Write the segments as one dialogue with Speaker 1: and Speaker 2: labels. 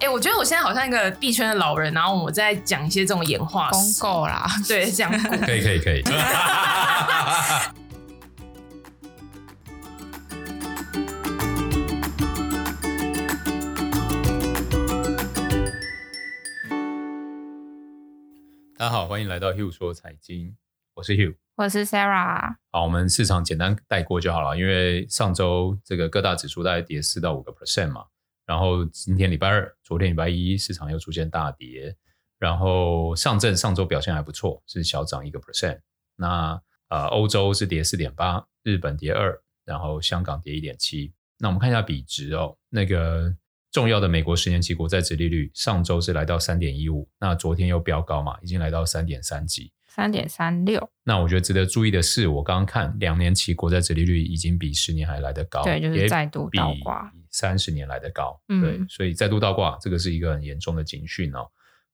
Speaker 1: 哎，我觉得我现在好像一个币圈的老人，然后我在讲一些这种演化
Speaker 2: 公
Speaker 1: 史，
Speaker 2: 购啦，
Speaker 1: 对，讲古
Speaker 3: 可以可以可以。大家好，欢迎来到 Hugh 说财经，我是 Hugh。
Speaker 2: 我是 Sarah，
Speaker 3: 好，我们市场简单带过就好了，因为上周这个各大指数大概跌四到五个 percent 嘛，然后今天礼拜二、昨天礼拜一市场又出现大跌，然后上证上周表现还不错，是小涨一个 percent，那呃欧洲是跌四点八，日本跌二，然后香港跌一点七。那我们看一下比值哦，那个重要的美国十年期国债殖利率上周是来到三点一五，那昨天又飙高嘛，已经来到三点三几。
Speaker 2: 三点三六，
Speaker 3: 那我觉得值得注意的是，我刚刚看两年期国债殖利率已经比十年还来得高，
Speaker 2: 对就是
Speaker 3: 哦也
Speaker 2: 再度倒挂
Speaker 3: 比三十年来得高，
Speaker 2: 嗯
Speaker 3: 对，所以再度倒挂这个是一个很严重的警讯哦。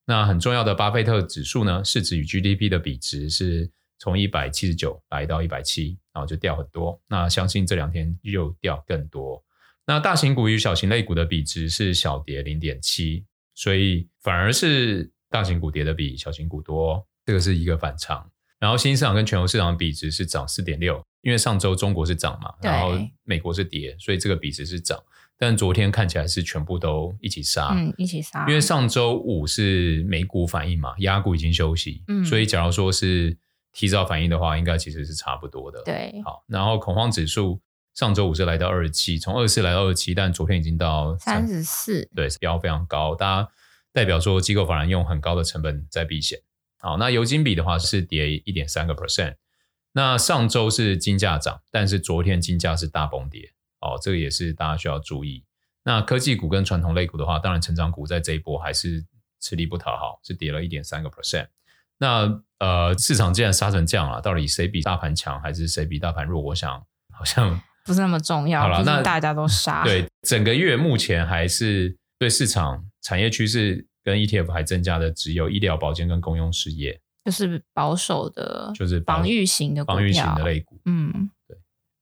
Speaker 3: 那很重要的巴菲特指数呢，市值与 GDP 的比值是从一百七十九来到一百七，然后就掉很多。那相信这两天又掉更多。那大型股与小型类股的比值是小跌零点七，所以反而是大型股跌的比小型股多哦，这个是一个反常。然后新兴市场跟全球市场的比值是涨四点六，因为上周中国是涨嘛，
Speaker 2: 对
Speaker 3: 然后美国是跌，所以这个比值是涨。但昨天看起来是全部都一起杀，
Speaker 2: 嗯，一起杀，
Speaker 3: 啊因为上周五是美股反应嘛，压股已经休息，
Speaker 2: 嗯
Speaker 3: 所以假如说是提早反应的话，应该其实是差不多的。，
Speaker 2: 对
Speaker 3: 好，然后恐慌指数上周五是来到二十七，从二十四来到二十七，但昨天已经到
Speaker 2: 三十四，
Speaker 3: 对，标非常高，大家代表说机构法人用很高的成本在避险。好，那油金比的话是跌一点三个 percent，那上周是金价涨，但是昨天金价是大崩跌，哦，这个也是大家需要注意。那科技股跟传统类股的话，当然成长股在这一波还是吃力不讨好，是跌了一点三个 percent。那呃，市场既然杀成这样了，到底谁比大盘强，还是谁比大盘弱？我想好像
Speaker 2: 不是那么重要，
Speaker 3: 好了
Speaker 2: 毕竟
Speaker 3: 那
Speaker 2: 大家都杀，
Speaker 3: 对，整个月目前还是对市场产业趋势跟 ETF 还增加的只有医疗保健跟公用事业，
Speaker 2: 就是保守的，
Speaker 3: 就是保
Speaker 2: 防御型的股票
Speaker 3: 防御型的类股。
Speaker 2: 嗯，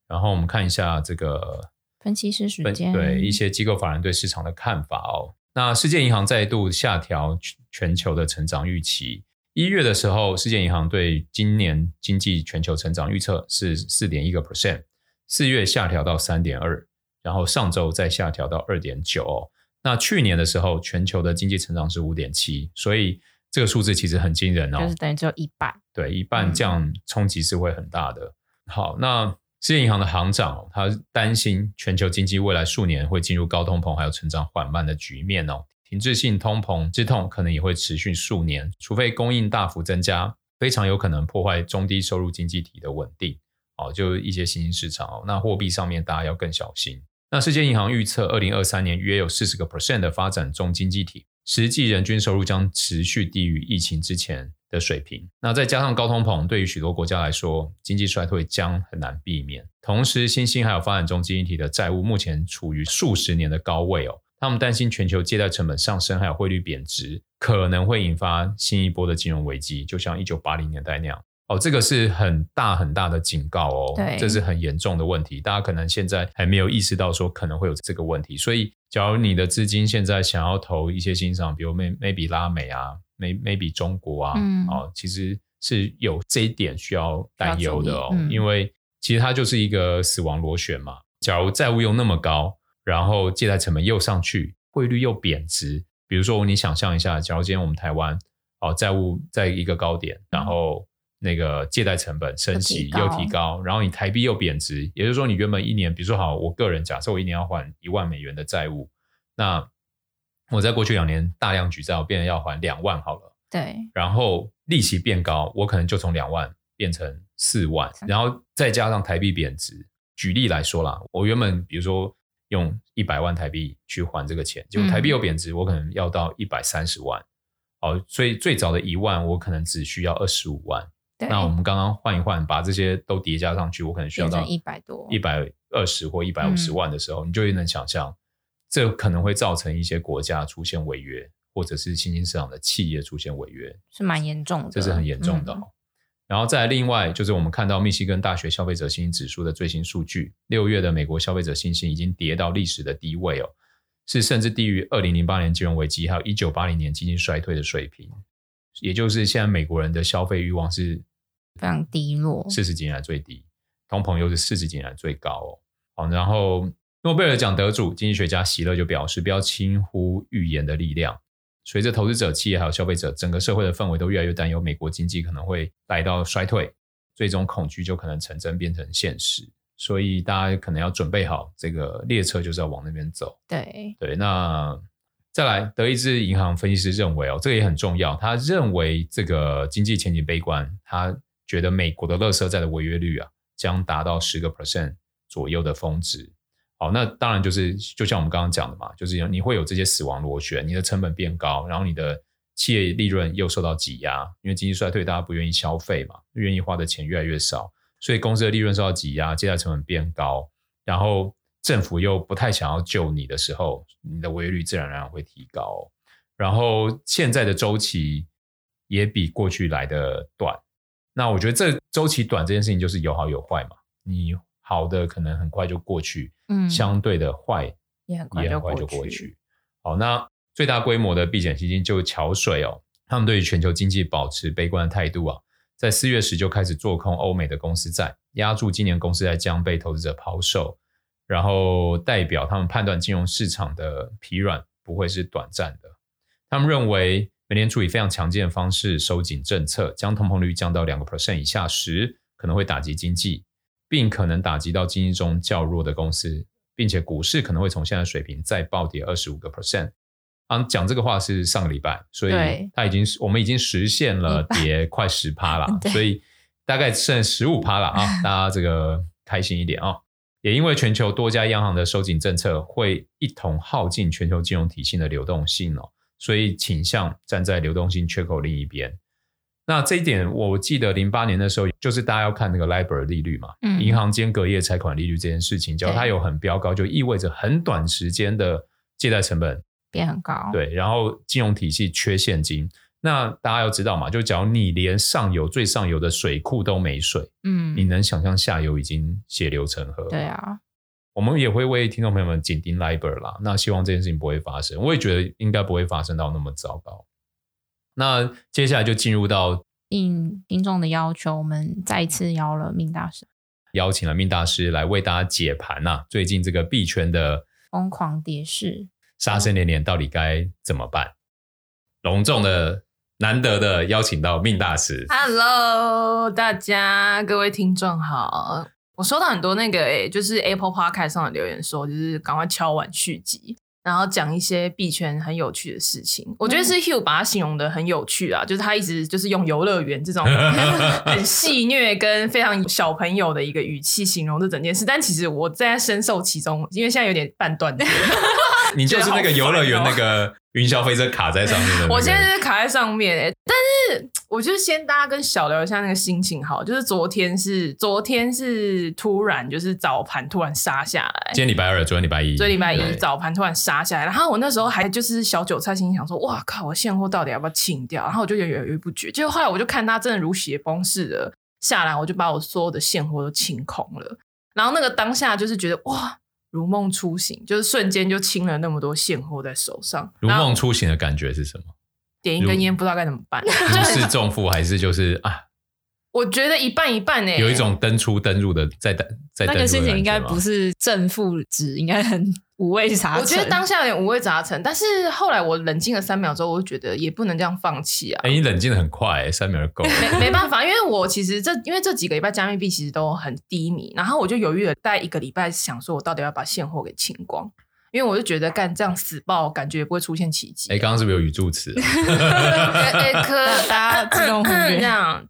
Speaker 3: 然后我们看一下这个
Speaker 2: 分析师时
Speaker 3: 分
Speaker 2: 间，
Speaker 3: 对一些机构法人对市场的看法哦。那世界银行再度下调全全球的成长预期。一月的时候，世界银行对今年经济全球成长预测是四点一个 percent，四月下调到三点二，然后上周再下调到二点九哦。那去年的时候，全球的经济成长是五点七，所以这个数字其实很惊人哦。
Speaker 2: 就是等于只有一半，
Speaker 3: 对，一半这样冲击是会很大的。好，那世界银行的行长哦他担心全球经济未来数年会进入高通膨还有成长缓慢的局面哦，停滞性通膨之痛可能也会持续数年，除非供应大幅增加，非常有可能破坏中低收入经济体的稳定。哦，就一些新兴市场哦，那货币上面大家要更小心。那世界银行预测，二零二三年约有四十个 percent 的发展中经济体实际人均收入将持续低于疫情之前的水平。那再加上高通膨，对于许多国家来说，经济衰退将很难避免。同时，新兴还有发展中经济体的债务目前处于数十年的高位哦。他们担心全球借贷成本上升，还有汇率贬值，可能会引发新一波的金融危机，就像一九八零年代那样。哦，这个是很大很大的警告哦，
Speaker 2: 对
Speaker 3: 这是很严重的问题。大家可能现在还没有意识到说可能会有这个问题，所以假如你的资金现在想要投一些欣赏，比如 may- maybe 拉美啊，may-，maybe 中国啊，
Speaker 2: 嗯
Speaker 3: 哦，其实是有这一点需要担忧的哦，
Speaker 2: 要注意嗯
Speaker 3: 因为其实它就是一个死亡螺旋嘛。假如债务又那么高，然后借贷成本又上去，汇率又贬值，比如说你想象一下，假如今天我们台湾哦债务在一个高点，然后那个借贷成本升息
Speaker 2: 嗯又提
Speaker 3: 又
Speaker 2: 高
Speaker 3: 提高，然后你台币又贬值，也就是说你原本一年，比如说好，我个人假设我一年要还一万美元的债务，那我在过去两年大量举债，我变得要还两万好了。
Speaker 2: 对，
Speaker 3: 然后利息变高，我可能就从两万变成四万，然后再加上台币贬值。举例来说啦，我原本比如说用一百万台币去还这个钱，结果
Speaker 2: 嗯
Speaker 3: 台币又贬值，我可能要到一百三十万。哦，最最早的一万，我可能只需要二十五万。
Speaker 2: 对，
Speaker 3: 那我们刚刚换一换，把这些都叠加上去，我可能需要
Speaker 2: 变
Speaker 3: 到
Speaker 2: 成一百嗯多，
Speaker 3: 一百二十或一百五十万的时候，你就能想象，这可能会造成一些国家出现违约，或者是新兴市场的企业出现违约，
Speaker 2: 是蛮严重的，嗯
Speaker 3: 这是很严重的、哦。然后再来另外就是我们看到密西根大学消费者信心指数的最新数据，六月的美国消费者信心已经跌到历史的低位哦。是甚至低于二零零八年金融危机还有一九八零年经济衰退的水平，也就是现在美国人的消费欲望是
Speaker 2: 非常低落。
Speaker 3: 四十几年来最低，通膨又是四十几年来最高哦。好，然后诺贝尔奖得主经济学家席勒就表示，不要轻忽预言的力量。随着投资者、企业还有消费者，整个社会的氛围都越来越担忧美国经济可能会来到衰退，最终恐惧就可能成真变成现实。所以大家可能要准备好，这个列车就是要往那边走。
Speaker 2: 对，
Speaker 3: 对，那再来，德意志银行分析师认为哦，这个也很重要。他认为这个经济前景悲观，他觉得美国的垃圾债的违约率啊，将达到十个 percent 左右的峰值。好，那当然就是就像我们刚刚讲的嘛，就是有你会有这些死亡螺旋，你的成本变高，然后你的企业利润又受到挤压，因为经济衰退，大家不愿意消费嘛，愿意花的钱越来越少，所以公司的利润受到挤压，借贷成本变高，然后政府又不太想要救你的时候，你的违约率自然而然会提高。然后现在的周期也比过去来的短，那我觉得这周期短这件事情就是有好有坏嘛。你好的可能很快就过去，
Speaker 2: 嗯，
Speaker 3: 相对的坏
Speaker 2: 也很快
Speaker 3: 也
Speaker 2: 就
Speaker 3: 很快就过
Speaker 2: 过
Speaker 3: 去。好，那最大规模的避险基金就桥水哦，他们对于全球经济保持悲观的态度啊，在四月时就开始做空欧美的公司债，压住今年公司债将被投资者抛售，然后代表他们判断金融市场的疲软不会是短暂的。他们认为，美联储以非常强劲的方式收紧政策，将通膨率降到两个 percent 以下时，可能会打击经济，并可能打击到经济中较弱的公司，并且股市可能会从现在水平再暴跌二十五个 percent。啊，讲这个话是上个礼拜，所以
Speaker 2: 对
Speaker 3: 它已经我们已经实现了
Speaker 2: 一半，
Speaker 3: 跌快十趴啦
Speaker 2: 对
Speaker 3: 啊所以大概剩十五趴 了啊，大家这个开心一点啊。也因为全球多家央行的收紧政策会一同耗尽全球金融体系的流动性哦，所以倾向站在流动性缺口另一边。那这一点，我记得零八年的时候，就是大家要看那个 LIBOR 利率嘛，
Speaker 2: 嗯
Speaker 3: 银行间隔夜拆款利率这件事情，只要
Speaker 2: 对
Speaker 3: 它有很飙高，就意味着很短时间的借贷成本
Speaker 2: 变很高。，
Speaker 3: 对，然后金融体系缺现金。那大家要知道嘛，就假如你连上游最上游的水库都没水，
Speaker 2: 嗯，
Speaker 3: 你能想象下游已经血流成河？
Speaker 2: 对啊，
Speaker 3: 我们也会为听众朋友们紧盯 LIBOR 啦。那希望这件事情不会发生，我也觉得应该不会发生到那么糟糕。那接下来就进入到
Speaker 2: 应听众的要求，我们再一次邀了命大师，
Speaker 3: 邀请了命大师来为大家解盘呐、最近这个币圈的
Speaker 2: 疯狂跌势，
Speaker 3: 杀声连连，到底该怎么办？隆重的、难得的邀请到命大师，
Speaker 1: Hello，大家各位听众好。我收到很多那个、诶，就是 Apple Podcast 上的留言说，就是赶快敲完续集，然后讲一些币圈很有趣的事情。我觉得
Speaker 2: 嗯
Speaker 1: 是 Hugh 把它形容的很有趣啊，就是他一直就是用游乐园这种很戏谑跟非常小朋友的一个语气形容这整件事，但其实我在深受其中，因为现在有点半断裂。
Speaker 3: 你就是那个游乐园那个云霄飞车卡在上面的、那个
Speaker 1: 我现在就是卡在上面、欸，但是我就先大家跟小聊一下那个心情好，就是昨天是昨天是突然就是早盘突然杀下来，
Speaker 3: 今天礼拜二，昨天礼拜一，
Speaker 1: 所以礼拜一
Speaker 3: 对
Speaker 1: 早盘突然杀下来，然后我那时候还就是小韭菜，心想说：“哇靠，我现货到底要不要清掉？”然后我就犹犹豫不决。结果后来我就看它真的如血崩似的下来，我就把我所有的现货都清空了。然后那个当下就是觉得哇，如梦初醒，就是瞬间就清了那么多现货在手上，
Speaker 3: 如
Speaker 1: 然后
Speaker 3: 梦初醒的感觉是什么？
Speaker 1: 点一根烟，不知道该怎么办。
Speaker 3: 如释重负还是就是啊，
Speaker 1: 我觉得一半一半呢、欸
Speaker 3: 有一种登出登入的在登在
Speaker 2: 那
Speaker 3: 登
Speaker 2: 个
Speaker 3: 入的
Speaker 2: 心情
Speaker 3: 感
Speaker 2: 应
Speaker 3: 觉
Speaker 2: 该
Speaker 3: 吗
Speaker 2: 不是正负值，应该很 五味杂陈。
Speaker 1: 我觉得当下有点五味杂陈，但是后来我冷静了三秒之后，我就觉得也不能这样放弃啊。
Speaker 3: 哎、你冷静的很快、欸，三秒就够了。
Speaker 1: 没没办法，因为我其实这因为这几个礼拜加密币其实都很低迷，然后我就犹豫了大概一个礼拜，想说我到底要把现货给清光，因为我就觉得干这样死爆，感觉不会出现奇迹。
Speaker 3: 哎、刚刚是不是有语助词、啊？
Speaker 1: 哎哎可
Speaker 2: 大家自 动忽略
Speaker 1: 这样，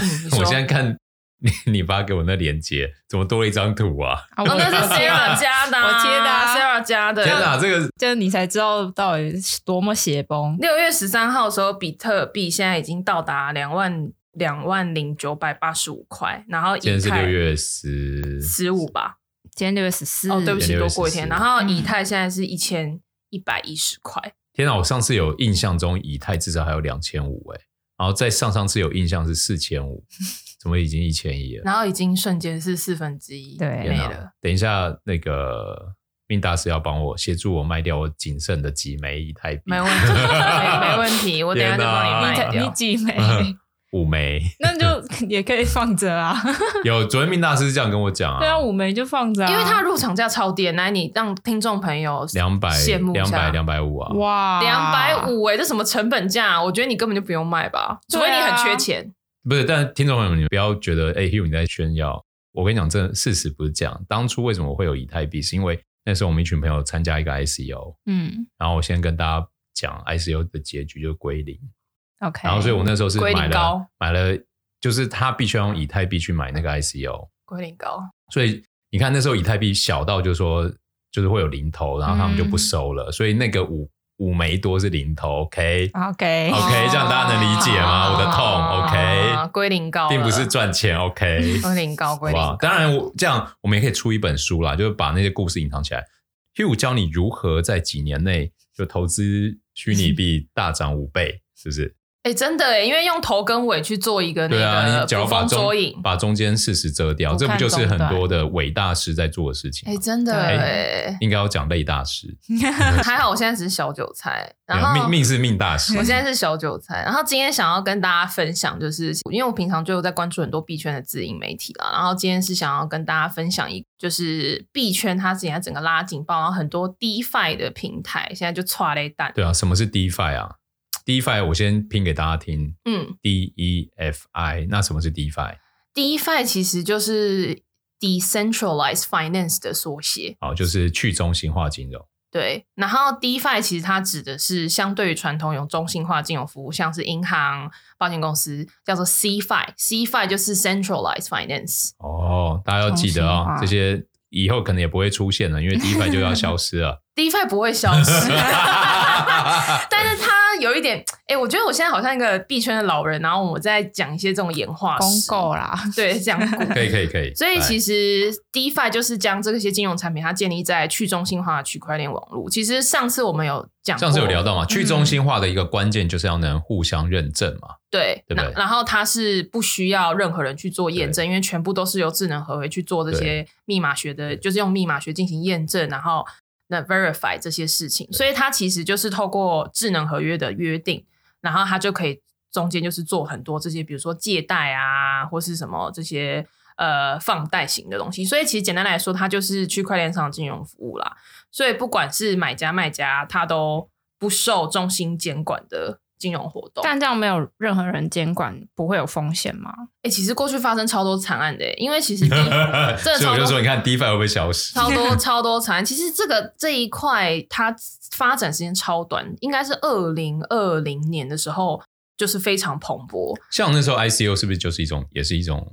Speaker 1: 嗯，你说
Speaker 3: 我现在看你你发给我那链接，怎么多了一张图啊？
Speaker 2: 啊
Speaker 1: 哦， 那 是 Sarah 加的啊，
Speaker 2: 我贴的啊
Speaker 1: Sarah 加的，
Speaker 3: 天哪，这个
Speaker 2: 就是你才知道到底是多么血崩。
Speaker 1: 六月十三号的时候，比特币现在已经到达两万两万零九百八十五块，然后
Speaker 3: 今
Speaker 1: 以
Speaker 3: 天是六
Speaker 1: 太
Speaker 3: 月十，
Speaker 1: 十五吧，
Speaker 2: 今天六月十四，
Speaker 1: 哦，对不起，
Speaker 3: 6月
Speaker 1: 多过一天。
Speaker 3: 14
Speaker 1: 然
Speaker 2: 嗯
Speaker 1: 后以太现在是一千一百一十块，
Speaker 3: 天哪，我上次有印象中以太至少还有两千五哎，然后再上上次有印象是四千五，怎么已经一千一了？
Speaker 1: 然后已经瞬间是四分之一
Speaker 2: 对
Speaker 1: 没
Speaker 3: 天哪
Speaker 1: 了。
Speaker 3: 等一下，那个命大师要帮我协助我卖掉我仅剩的几枚以太币，
Speaker 1: 没问题，没没问题，我等一下就帮你
Speaker 3: 天
Speaker 1: 卖
Speaker 3: 哪
Speaker 2: 你你
Speaker 1: 掉。
Speaker 2: 几 枚？
Speaker 3: 五枚。
Speaker 2: 那 就也可以放着啊。
Speaker 3: 有昨天命大师是这样跟我讲啊，
Speaker 2: 对啊，五枚就放着啊。
Speaker 1: 因为它入场价超低，来你让听众朋友
Speaker 3: 两百
Speaker 1: 羡慕一
Speaker 3: 两
Speaker 1: 下
Speaker 3: 百两百五啊，
Speaker 2: 哇，
Speaker 1: 两百，五哎，这什么成本价啊？我觉得你根本就不用卖吧，除
Speaker 2: 对啊
Speaker 1: 非你很缺钱。
Speaker 3: 不是，但听众朋友们，你不要觉得哎、h u g h 你在炫耀。我跟你讲，这事实不是这样。当初为什么我会有以太币，是因为那时候我们一群朋友参加一个 ICO，
Speaker 2: 嗯
Speaker 3: 然后我先跟大家讲 ICO 的结局就是归零，
Speaker 2: ，OK。
Speaker 3: 然后所以我那时候是
Speaker 1: 归零
Speaker 3: 买
Speaker 1: 高
Speaker 3: 了买了，就是他必须要用以太币去买那个 ICO，
Speaker 1: 龟苓膏，
Speaker 3: 所以你看那时候以太币小到就说就是会有零头，然后他们就
Speaker 1: 嗯
Speaker 3: 不收了，所以那个五五枚多是零头，OK。
Speaker 1: 哦
Speaker 2: OK，
Speaker 3: OK，这样大家能理解吗？
Speaker 2: 哦
Speaker 3: 我的痛
Speaker 1: 啊
Speaker 3: ，OK，
Speaker 1: 龟苓膏
Speaker 3: 并不是
Speaker 1: 了
Speaker 3: 赚钱 ，OK，
Speaker 1: 龟苓膏，龟苓
Speaker 3: 哇
Speaker 1: 膏，。
Speaker 3: 当然我这样我们也可以出一本书啦，就是把那些故事隐藏起来。Hugh 教你如何在几年内就投资 虚拟币大涨五倍，是不是？
Speaker 1: 哎、真的哎，因为用头跟尾去做一个那
Speaker 3: 对啊，
Speaker 1: 个
Speaker 3: 你只
Speaker 1: 捕
Speaker 3: 要把
Speaker 1: 风捉
Speaker 3: 中
Speaker 1: 影，
Speaker 3: 把中间事实遮掉，
Speaker 2: 不
Speaker 3: 这
Speaker 2: 看
Speaker 3: 不就是很
Speaker 2: 中断
Speaker 3: 多的伟大师在做的事情
Speaker 1: 哎、
Speaker 3: 吗？
Speaker 1: 真的哎，
Speaker 3: 应该要讲类大师， 啊
Speaker 1: 还好我现在只是小韭菜，然
Speaker 3: 没有
Speaker 1: 后
Speaker 3: 命。命是命大师
Speaker 1: 我。现在是小韭菜，然后今天想要跟大家分享，就是因为我平常就有在关注很多币圈的自营媒体啦，然后今天是想要跟大家分享一，就是币圈它现在整个拉警报，然后很多 DeFi 的平台现在就踹了一蛋，
Speaker 3: 对啊，什么是 DeFi 啊？DeFi 我先拼给大家听
Speaker 1: 嗯
Speaker 3: ，D E F I。那什么是 DeFi？
Speaker 1: ，DeFi 其实就是 Decentralized Finance 的缩写，
Speaker 3: 好，就是去中心化金融。
Speaker 1: 对，然后 DeFi 其实它指的是相对于传统有中心化金融服务，像是银行、保险公司，叫做 CFI。CFI 就是 Centralized Finance。
Speaker 3: 哦，大家要记
Speaker 2: 中
Speaker 3: 得
Speaker 2: 心
Speaker 3: 哦
Speaker 2: 化，
Speaker 3: 这些以后可能也不会出现了，因为 DeFi 就要消 失了。
Speaker 1: DeFi 不会消 失，但是它有一点，哎、我觉得我现在好像一个币圈的老人，然后我在讲一些这种演化
Speaker 2: 公啊
Speaker 1: 史
Speaker 2: 购，啦，
Speaker 1: 对，讲股。
Speaker 3: 可以可以可以。
Speaker 1: 所以其
Speaker 3: 实
Speaker 1: 实 DeFi 就是将这些金融产品，它建立在去中心化的区块链网络。其实上次我们有讲过，
Speaker 3: 上次有聊到嘛，
Speaker 1: 嗯
Speaker 3: 去中心化的一个关键就是要能互相认证 嘛。
Speaker 1: 对，
Speaker 3: 对不
Speaker 1: 那
Speaker 3: 对
Speaker 1: 然后它是不需要任何人去做验证，因为全部都是由智能合约去做这些密码学的，就是用密码学进行验证，然后那 verify 这些事情，所以它其实就是透过智能合约的约定，然后它就可以中间就是做很多这些，比如说借贷啊，或是什么这些呃放贷型的东西。所以其实简单来说，它就是区块链上的金融服务啦。所以不管是买家卖家，它都不受中心监管的金融活动。
Speaker 2: 但这样没有任何人监管，不会有风险吗？
Speaker 1: 哎、其实过去发生超多惨案的欸，因为其实 DeFi- 真的
Speaker 3: 所以
Speaker 1: 超
Speaker 3: 我就说，
Speaker 1: 多
Speaker 3: 你看 DeFi 会不会消失？
Speaker 1: 超多超多惨案。其实这个这一块它发展时间超短，应该是二零二零年的时候就是非常蓬勃。
Speaker 3: 像那时候 ICO 是不是就是一种，也是一种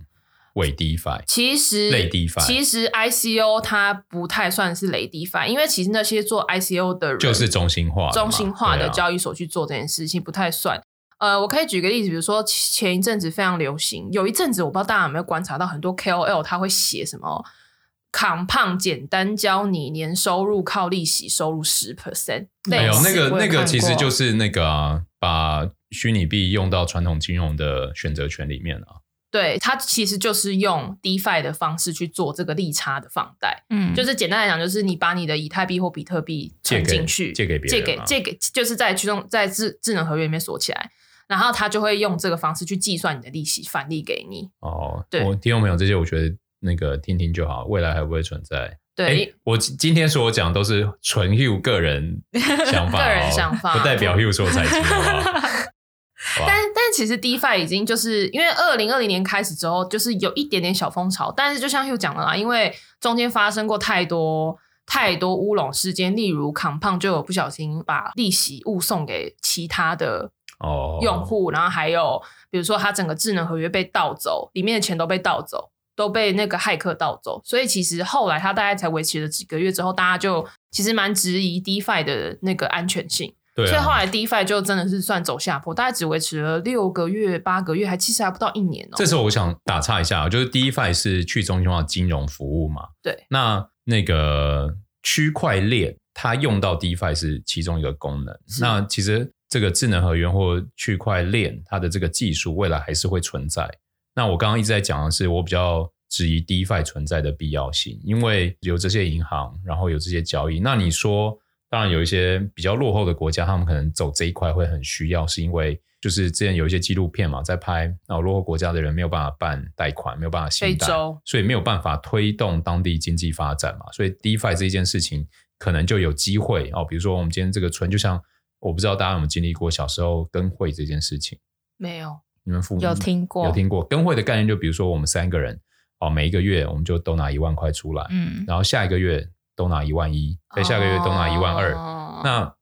Speaker 3: 伪 DeFi？
Speaker 1: 其实
Speaker 3: 类 DeFi
Speaker 1: 其实 ICO 它不太算是雷 DeFi，因为其实那些做 ICO 的人
Speaker 3: 就是中心化的嘛，
Speaker 1: 中心化
Speaker 3: 对
Speaker 1: 的
Speaker 3: 啊
Speaker 1: 交易所去做这件事情，不太算。呃，我可以举个例子，比如说前一阵子非常流行，有一阵子我不知道大家有没有观察到，很多 KOL 他会写什么“扛胖简单教你年收入靠利息收入十 percent”，
Speaker 3: 哎
Speaker 1: 类
Speaker 3: 呦，那
Speaker 1: 似
Speaker 3: 个
Speaker 2: 我
Speaker 3: 那
Speaker 2: 有
Speaker 3: 个
Speaker 2: 看
Speaker 3: 其实
Speaker 2: 过
Speaker 3: 就是那个啊，把虚拟币用到传统金融的选择权里面啊。
Speaker 1: 对，它其实就是用 DeFi 的方式去做这个利差的放贷。
Speaker 2: 嗯，
Speaker 1: 就是简单来讲，就是你把你的以太币或比特币存
Speaker 3: 借给
Speaker 1: 进去，
Speaker 3: 借给别人
Speaker 1: 借
Speaker 3: 啊
Speaker 1: 给
Speaker 3: 嘛
Speaker 1: 借给，就是在驱动在智智能合约里面锁起来，然后他就会用这个方式去计算你的利息返利给你。
Speaker 3: 哦，
Speaker 1: 对
Speaker 3: 我听众朋友这些，我觉得那个听听就好，未来还不会存在。
Speaker 1: 对，
Speaker 3: 诶我今今天所讲都是纯 Hugh 个人想法 哦，
Speaker 1: 个人想法
Speaker 3: 不代表 Hugh 说才知道啊。 哇
Speaker 1: 但但其实 DeFi 已经就是因为二零二零年开始之后，就是有一点点小风潮，但是就像 Hugh 讲的啦，因为中间发生过太多太多乌龙事件，例如康胖就有不小心把利息误送给其他的
Speaker 3: 哦，
Speaker 1: 用户，然后还有比如说他整个智能合约被盗走，里面的钱都被盗走，都被那个骇客盗走，所以其实后来他大概才维持了几个月之后，大家就其实蛮质疑 DeFi 的那个安全性。
Speaker 3: 对
Speaker 1: 所以后
Speaker 3: 啊，
Speaker 1: 来 DeFi 就真的是算走下坡，大概只维持了六个月、八个月，还其实还不到一年哦、
Speaker 3: 这时候我想打岔一下，啊就是 DeFi 是去中心化金融服务嘛？
Speaker 1: 对，
Speaker 3: 那那个区块链它用到 DeFi 是其中一个功能。
Speaker 1: 是
Speaker 3: 那其实这个智能合约或区块链它的这个技术未来还是会存在。那我刚刚一直在讲的是，我比较质疑 DeFi 存在的必要性，因为有这些银行，然后有这些交易。那你说，当然有一些比较落后的国家，他们可能走这一块会很需要，是因为就是之前有一些纪录片嘛，在拍那落后国家的人没有办法办贷款，没有办法信贷
Speaker 1: 非洲，
Speaker 3: 所以没有办法推动当地经济发展嘛，所以 DeFi 这一件事情可能就有机会哦。比如说我们今天这个村，就像我不知道大家有没有经历过小时候跟会这件事情，
Speaker 1: 没有，
Speaker 3: 你们父母
Speaker 2: 有听过
Speaker 3: 嗯有听过跟会的概念，就比如说我们三个人哦，每一个月我们就都拿一万块出来，
Speaker 2: 嗯，
Speaker 3: 然后下一个月都拿一万一，再下个月都拿一万二、
Speaker 2: 哦
Speaker 3: 那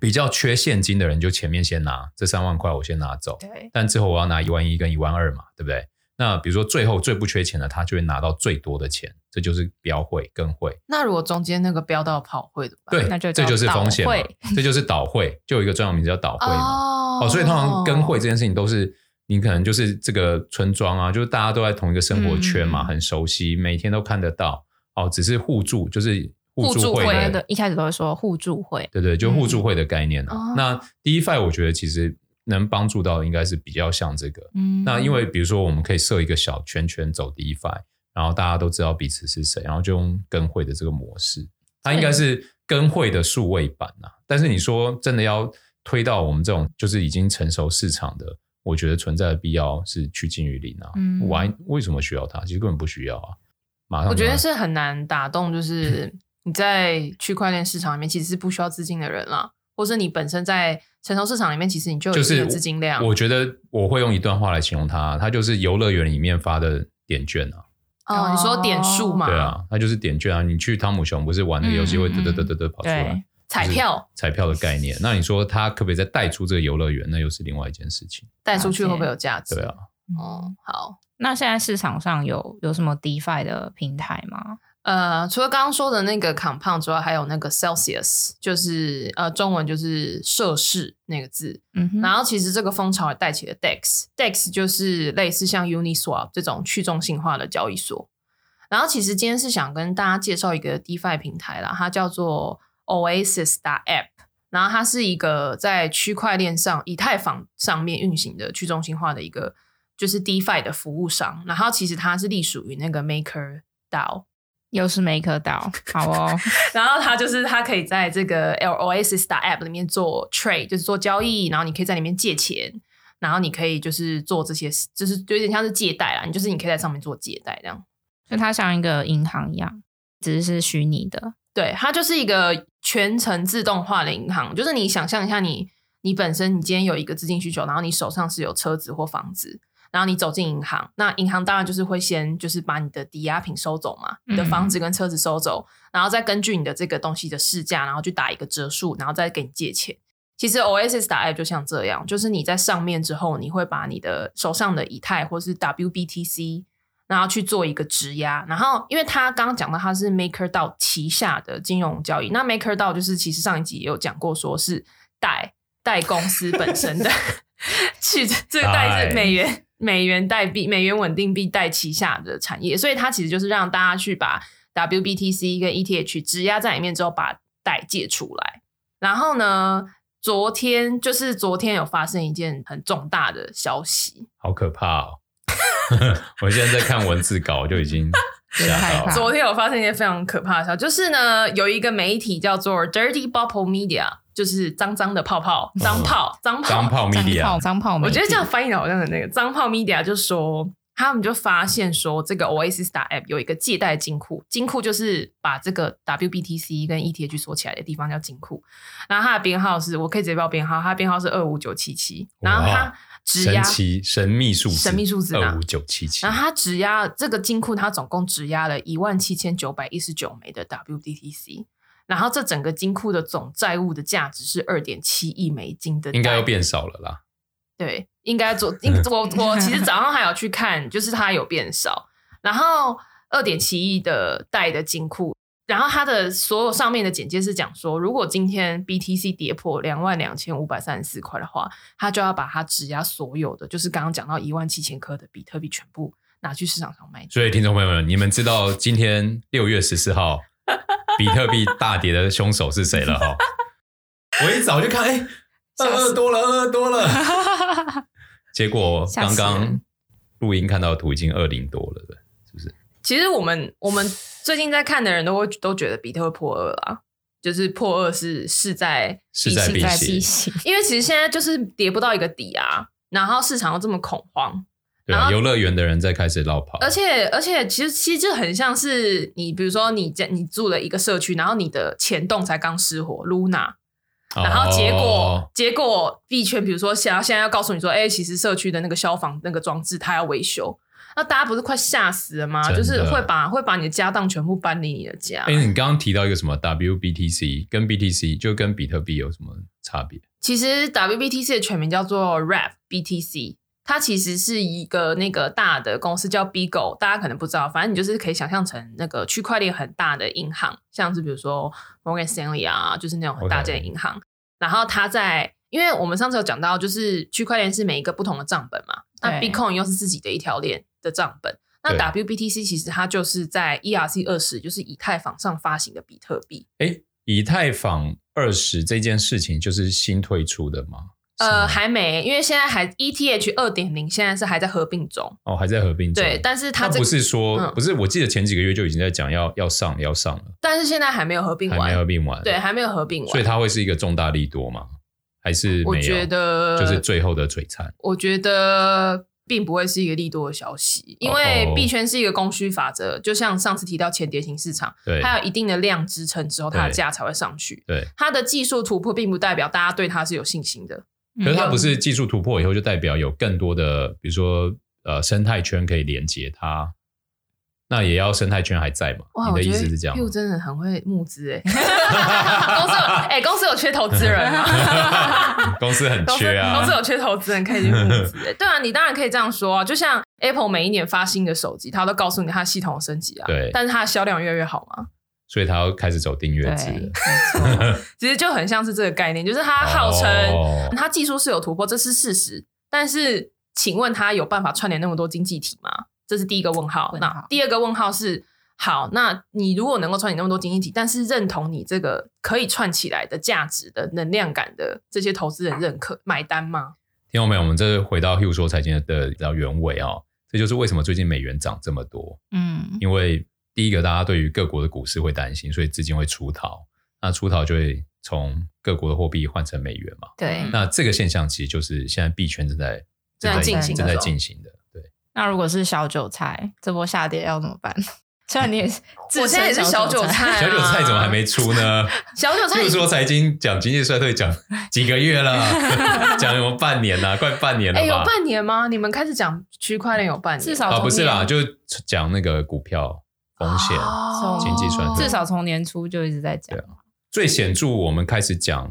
Speaker 3: 比较缺现金的人，就前面先拿这三万块，我先拿走，
Speaker 1: 对，
Speaker 3: 但之后我要拿一万一跟一万二嘛，对不对？那比如说最后最不缺钱的，他就会拿到最多的钱，这就是标会跟会。
Speaker 1: 那如果中间那个飙到跑会怎么办？
Speaker 3: 对，
Speaker 2: 那就叫
Speaker 3: 这就是风险嘛
Speaker 2: 倒会，
Speaker 3: 这就是倒会，就有一个专有名字叫倒会嘛。
Speaker 1: 哦
Speaker 3: 哦，所以通常跟会这件事情都是你可能就是这个村庄啊，就是大家都在同一个生活圈嘛，
Speaker 2: 嗯
Speaker 3: 很熟悉，每天都看得到。哦，只是互助，就是互
Speaker 1: 互助
Speaker 3: 助会
Speaker 1: 会
Speaker 3: 的
Speaker 2: 对对，一开始都会说互助会，
Speaker 3: 对对，就互助会的概念啊。
Speaker 1: 哦
Speaker 3: 那 DeFi 我觉得其实能帮助到的应该是比较像这个。
Speaker 2: 嗯，
Speaker 3: 那因为比如说我们可以设一个小圈圈走 DeFi，然后大家都知道彼此是谁，然后就用跟会的这个模式，它应该是跟会的数位版啊。但是你说真的要推到我们这种就是已经成熟市场的，我觉得存在的必要是趋近于零啊。
Speaker 2: 嗯
Speaker 3: 玩为什么需要它？其实根本不需要啊。马上
Speaker 1: 我觉
Speaker 3: 就
Speaker 1: 得是很难打动，
Speaker 3: 嗯
Speaker 1: 就是你在区块链市场里面其实是不需要资金的人啦，或是你本身在成熟市场里面，其实你就有
Speaker 3: 就
Speaker 1: 一定
Speaker 3: 是
Speaker 1: 的资金量。
Speaker 3: 我觉得我会用一段话来形容它，它就是游乐园里面发的点券啊，
Speaker 1: 哦，你说点数嘛，
Speaker 3: 对，啊，它就是点券啊。你去汤姆熊不是玩那个游戏会
Speaker 2: 嗯嗯
Speaker 3: 得得得得得跑出来
Speaker 2: 对
Speaker 1: 彩票
Speaker 3: 彩票的概念，那你说它可不可以再带出这个游乐园？那又是另外一件事情。
Speaker 1: 带出去会不会有价值？
Speaker 3: 对啊，，
Speaker 1: 哦，好。
Speaker 2: 嗯那现在市场上有有什么 DeFi 的平台吗？
Speaker 1: 呃，除了刚刚说的那个 compound 之外，还有那个 Celsius，就是呃，中文就是摄氏那个字。
Speaker 2: 嗯哼，
Speaker 1: 然后其实这个风潮也带起了 E DEX，DEX 就是类似像 Uniswap 这种去中心化的交易所。然后其实今天是想跟大家介绍一个 DeFi 平台啦，它叫做 Oasis App，然后它是一个在区块链上以太坊上面运行的去中心化的一个就是 DeFi 的服务商。然后其实它是隶属于那个 Maker DAO，
Speaker 2: 又是 Maker 岛，好 哦，
Speaker 1: 然后它就是它可以在这个 L Oasis 打 App 里面做 trade，就是做交易，然后你可以在里面借钱，然后你可以就是做这些事，就是有点像是借贷啦，你就是你可以在上面做借贷这样。
Speaker 2: 就它像一个银行一样，只是虚拟的，
Speaker 1: 对，它就是一个全程自动化的银行，就是你想象一下你，你本身你今天有一个资金需求，然后你手上是有车子或房子。然后你走进银行，那银行当然就是会先就是把你的抵押品收走嘛，你的房子跟车子收走，然后再根据你的这个东西的市价，然后去打一个折数，然后再给你借钱。其实 Oasis 打 app 就像这样，就是你在上面之后，你会把你的手上的以太或是 WBTC，然后去做一个质押。然后，因为他刚刚讲到它是 MakerDAO 旗下的金融交易，那 MakerDAO 就是其实上一集也有讲过，说是贷贷公司本身的去这个贷
Speaker 3: 贷
Speaker 1: 是美元美元代币、美元稳定币贷旗下的产业，所以它其实就是让大家去把 WBTC 跟 ETH 质押在里面之后，把贷借出来。然后呢，昨天就是昨天有发生一件很重大的消息，
Speaker 3: 好可怕哦！ 我现在在看文字稿，我就已 经
Speaker 2: 有点
Speaker 3: 吓
Speaker 2: 害
Speaker 3: 到
Speaker 2: 怕
Speaker 3: 了。
Speaker 1: 昨天有发生一件非常可怕的消息，就是呢，有一个媒体叫做 Dirty Bubble Media，就是脏脏的泡
Speaker 3: 哦
Speaker 1: 泡、脏 泡、脏泡、
Speaker 3: 张炮 media，
Speaker 2: 泡张泡媒
Speaker 1: 我
Speaker 2: 体，
Speaker 1: 觉得这样翻译的好像很那个脏炮 media 就说，他们就发现说，这个 Oasis 打 app 有一个借贷金库，金库就是把这个 WBTC 跟 E ETH 锁起来的地方叫金库。然后它的编号是，我可以直接报编号，它的编号是二五九七七。然后它
Speaker 3: 哇
Speaker 1: 质
Speaker 3: 神
Speaker 1: 押，
Speaker 3: 奇神秘数字，
Speaker 1: 神秘数字啊
Speaker 3: 二五九七七
Speaker 1: 然。后它质押这个金库，它总共质押了一万七千九百一十九枚的 WBTC。然后这整个金库的总债务的价值是二点七亿美金的，
Speaker 3: 应该又变少了啦，
Speaker 1: 对，应该做。应
Speaker 3: 嗯
Speaker 1: 我我其实早上还有去看，就是它有变少，然后二点七亿的贷的金库，然后它的所有上面的简介是讲说，如果今天 BTC 跌破两万两千五百三十四块的话，它就要把它质押所有的，就是刚刚讲到一万七千颗的比特币全部拿去市场上卖掉。
Speaker 3: 所以听众朋友们，你们知道今天六月十四号比特币大跌的凶手是谁 了哈？我一早就看，哎、二
Speaker 1: 吓死
Speaker 3: 二多了，二二多 了，结果
Speaker 2: 吓
Speaker 3: 刚
Speaker 2: 死人
Speaker 3: 刚录音看到的图已经二零多了，是不是？
Speaker 1: 其实我们我们最近在看的人都会都觉得比特会破二啊，就是破二是势在
Speaker 3: 势在
Speaker 2: 势
Speaker 3: 必
Speaker 2: 在必
Speaker 3: 行，
Speaker 2: 行。
Speaker 1: 因为其实现在就是跌不到一个底啊，然后市场又这么恐慌，
Speaker 3: 对
Speaker 1: 然
Speaker 3: 啊，
Speaker 1: 后
Speaker 3: 游乐园的人在开始绕跑，
Speaker 1: 而且而且其实其实就很像是你，比如说你在你住了一个社区，然后你的前栋才刚失火，Luna，然后结果、
Speaker 3: 哦
Speaker 1: 结果币圈，比如说想要现在要告诉你说，哎、其实社区的那个消防那个装置它要维修。那大家不是快吓死了吗？
Speaker 3: 真的
Speaker 1: 就是会把会把你的家当全部搬离你的家。
Speaker 3: 哎、你刚刚提到一个什么 WBTC 跟 BTC，就跟比特币有什么差别？
Speaker 1: 其实 WBTC 的全名叫做 RAP BTC，它其实是一个那个大的公司叫 BGO，大家可能不知道，反正你就是可以想象成那个区块链很大的银行，像是比如说 Morgan Stanley 啊，就是那种很大
Speaker 3: OK
Speaker 1: 间的银行。然后它在，因为我们上次有讲到，就是区块链是每一个不同的账本嘛，那
Speaker 2: 对
Speaker 1: Bitcoin 又是自己的一条链的账本。那
Speaker 3: 对
Speaker 1: WBTC 其实它就是在 ERC 二十，就是以太坊上发行的比特币。
Speaker 3: 哎，以太坊二十这件事情就是新推出的吗？
Speaker 1: 呃，
Speaker 3: 是吗
Speaker 1: 还没，因为现在还 ETH 二点零现在是还在合并中，
Speaker 3: 哦还在合并中，
Speaker 1: 对，但是它
Speaker 3: 它
Speaker 1: 这
Speaker 3: 不是说、
Speaker 1: 嗯
Speaker 3: 不是，我记得前几个月就已经在讲要要上要上了，
Speaker 1: 但是现在还没有合并
Speaker 3: 还没合
Speaker 1: 完，
Speaker 3: 并完，
Speaker 1: 对，，还没有合并完，
Speaker 3: 所以它会是一个重大利多吗？还是
Speaker 1: 我
Speaker 3: 没有？
Speaker 1: 觉得
Speaker 3: 就是最后的璀璨。
Speaker 1: 我觉得并不会是一个利多的消息，因
Speaker 3: 哦
Speaker 1: 为币圈是一个供需法则，就像上次提到前碟型市场，
Speaker 3: 对
Speaker 1: 它有一定的量支撑之后，它的
Speaker 3: 对
Speaker 1: 价才会上去。
Speaker 3: 对，
Speaker 1: 它的技术突破并不代表大家对它是有信心的，
Speaker 3: 可是它
Speaker 2: 嗯
Speaker 3: 不是技术突破以后就代表有更多的，比如说呃生态圈可以连接它，那也要生态圈还在嘛？
Speaker 1: 哇，
Speaker 3: 你
Speaker 1: 我
Speaker 3: 的
Speaker 1: 觉
Speaker 3: 意
Speaker 1: 得
Speaker 3: 思是这样吗
Speaker 1: Q？真的很会募资 哎、公司有哎、公司有缺投资人啊吗？
Speaker 3: 公司很
Speaker 1: 公司
Speaker 3: 缺啊，
Speaker 1: 公司有缺投资人可以去募资、 哎对啊，你当然可以这样说啊。就像 Apple 每一年发新的手机，它都告诉你它系统有升级啊，
Speaker 3: 对
Speaker 1: 但是它的销量越来越好嘛，
Speaker 3: 所以他要开始走订阅制
Speaker 2: 嗯对，
Speaker 3: 了
Speaker 2: 没。 错，
Speaker 1: 其实就很像是这个概念，就是它号称、
Speaker 3: 哦
Speaker 1: 它技术是有突破，这是事实，但是请问它有办法串联那么多经济体吗？这是第一个问号。
Speaker 2: 问号
Speaker 1: 那第二个问号是，好，那你如果能够串联那么多经济体，但是认同你这个可以串起来的价值的能量感的这些投资人认可买单吗？
Speaker 3: 听众朋友，我们这回到 Hugh 说财经的的原委哦，这就是为什么最近美元涨这么多，
Speaker 2: 嗯，
Speaker 3: 因为第一个大家对于各国的股市会担心，所以资金会出逃，那出逃就会从各国的货币换成美元嘛。
Speaker 2: 对。
Speaker 3: 那这个现象其实就是现在币圈正在
Speaker 1: 正在
Speaker 3: 正
Speaker 1: 进
Speaker 2: 行
Speaker 3: 正在
Speaker 1: 中
Speaker 3: 进行的，对，
Speaker 2: 那如果是小韭菜，这波下跌要怎么办？ 虽然你也是，
Speaker 1: 我现在也是小韭
Speaker 2: 韭
Speaker 1: 菜啊
Speaker 3: 小韭菜怎么还没出呢？
Speaker 1: 小韭菜
Speaker 3: 又说财经讲经济衰退讲几个月了， 讲有半年啦、快半年了
Speaker 1: 哎、有
Speaker 3: 吧？
Speaker 1: 半年吗？你们开始讲区块链有半年，
Speaker 2: 至少
Speaker 3: 啊，不是啦，
Speaker 2: 从
Speaker 3: 就讲那个股票风险。
Speaker 1: 哦
Speaker 2: 经
Speaker 3: 济衰退
Speaker 2: 至少从年初就一直在讲
Speaker 3: 对，啊最显著，我们开始讲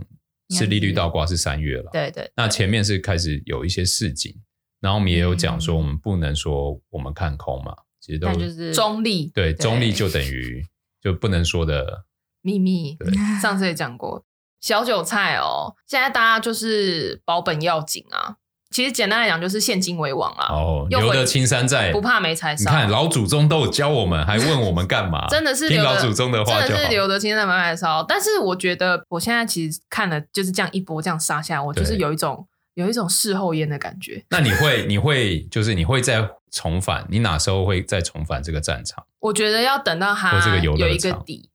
Speaker 3: 是利率倒挂是三月了，
Speaker 2: 对对，
Speaker 3: 那前面是开始有一些市井，然后我们也有讲说，我们不能说我们看空嘛，其实都
Speaker 2: 那就是
Speaker 1: 中立
Speaker 3: 对中立
Speaker 2: 对
Speaker 3: 就等于就不能说的
Speaker 1: 秘密
Speaker 3: 对，
Speaker 1: 上次也讲过小韭菜哦。现在大家就是保本要紧啊。其实简单来讲，就是现金为王啊，
Speaker 3: 哦，
Speaker 1: 又回
Speaker 3: 留得青山在，
Speaker 1: 不怕没柴
Speaker 3: 你
Speaker 1: 烧。
Speaker 3: 看老祖宗都有教我们，还 问我们干嘛？
Speaker 1: 真的是
Speaker 3: 听
Speaker 1: 留
Speaker 3: 老
Speaker 1: 得
Speaker 3: 祖宗的话
Speaker 1: 真
Speaker 3: 就
Speaker 1: 的是
Speaker 3: 好。
Speaker 1: 留得青山白白烧。但是我觉得我现在其实看了就是这样一波这样杀下来，我就是
Speaker 3: 对
Speaker 1: 有一种有一种事后烟的感觉。
Speaker 3: 那你会，你会，就是你会再重返，你哪时候会再重返这个战场？
Speaker 1: 我觉得要等到它
Speaker 3: 或这个游
Speaker 1: 有
Speaker 3: 乐
Speaker 1: 一个
Speaker 3: 场
Speaker 1: 底，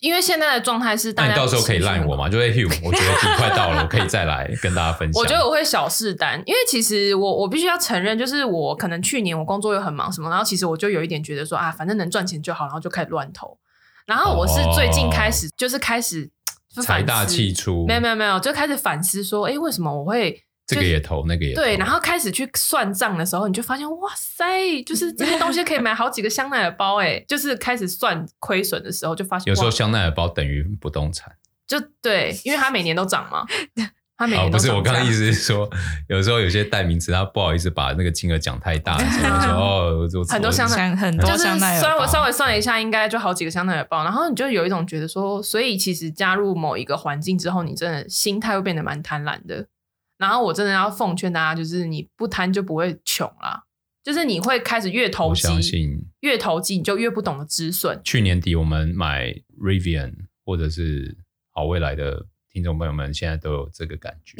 Speaker 1: 因为现在的状态是大
Speaker 3: 那
Speaker 1: 家
Speaker 3: 你到时候可以
Speaker 1: 情绪
Speaker 3: 赖
Speaker 1: 很
Speaker 3: 我吗？就会 Hugh，我觉得你快到了，我可以再来跟大家分享。
Speaker 1: 我觉得我会小试单，因为其实我我必须要承认，就是我可能去年我工作又很忙什么，然后其实我就有一点觉得说啊，反正能赚钱就好，然后就开始乱投。然后我是最近开始、就是开始就反
Speaker 3: 哦财
Speaker 1: 思
Speaker 3: 大气，粗，
Speaker 1: 没有没有没有，就开始反思说，哎，为什么我会？
Speaker 3: 这个也投，那个也投
Speaker 1: 对，然后开始去算账的时候，你就发现，哇塞，就是这些东西可以买好几个香奈儿包、哎，就是开始算亏损的时候，就发现
Speaker 3: 有时候
Speaker 1: 哇
Speaker 3: 香奈儿包等于不动产
Speaker 1: 就对，因为它每年都涨嘛，它每
Speaker 3: 啊，
Speaker 1: 年
Speaker 3: 不
Speaker 1: 都涨价、
Speaker 3: 是我刚刚意思是说， 有时候有些代名词他不好意思把那个金额讲 太大，所以就说哦，我我
Speaker 1: 很多香奈
Speaker 2: 像很
Speaker 1: 就
Speaker 2: 多
Speaker 1: 是
Speaker 2: 像那
Speaker 1: 稍微稍微算了一下，应该就好几个香奈儿包。然后你就有一种觉得说，所以其实加入某一个环境之后，你真的心态会变得蛮贪婪的。然后我真的要奉劝大家，就是你不贪就不会穷啦，就是你会开始越投
Speaker 3: 我
Speaker 1: 机
Speaker 3: 相，信
Speaker 1: 越投机你就越不懂得止损。
Speaker 3: 去年底我们买 Rivian 或者是好未来的听众朋友们，现在都有这个感 觉。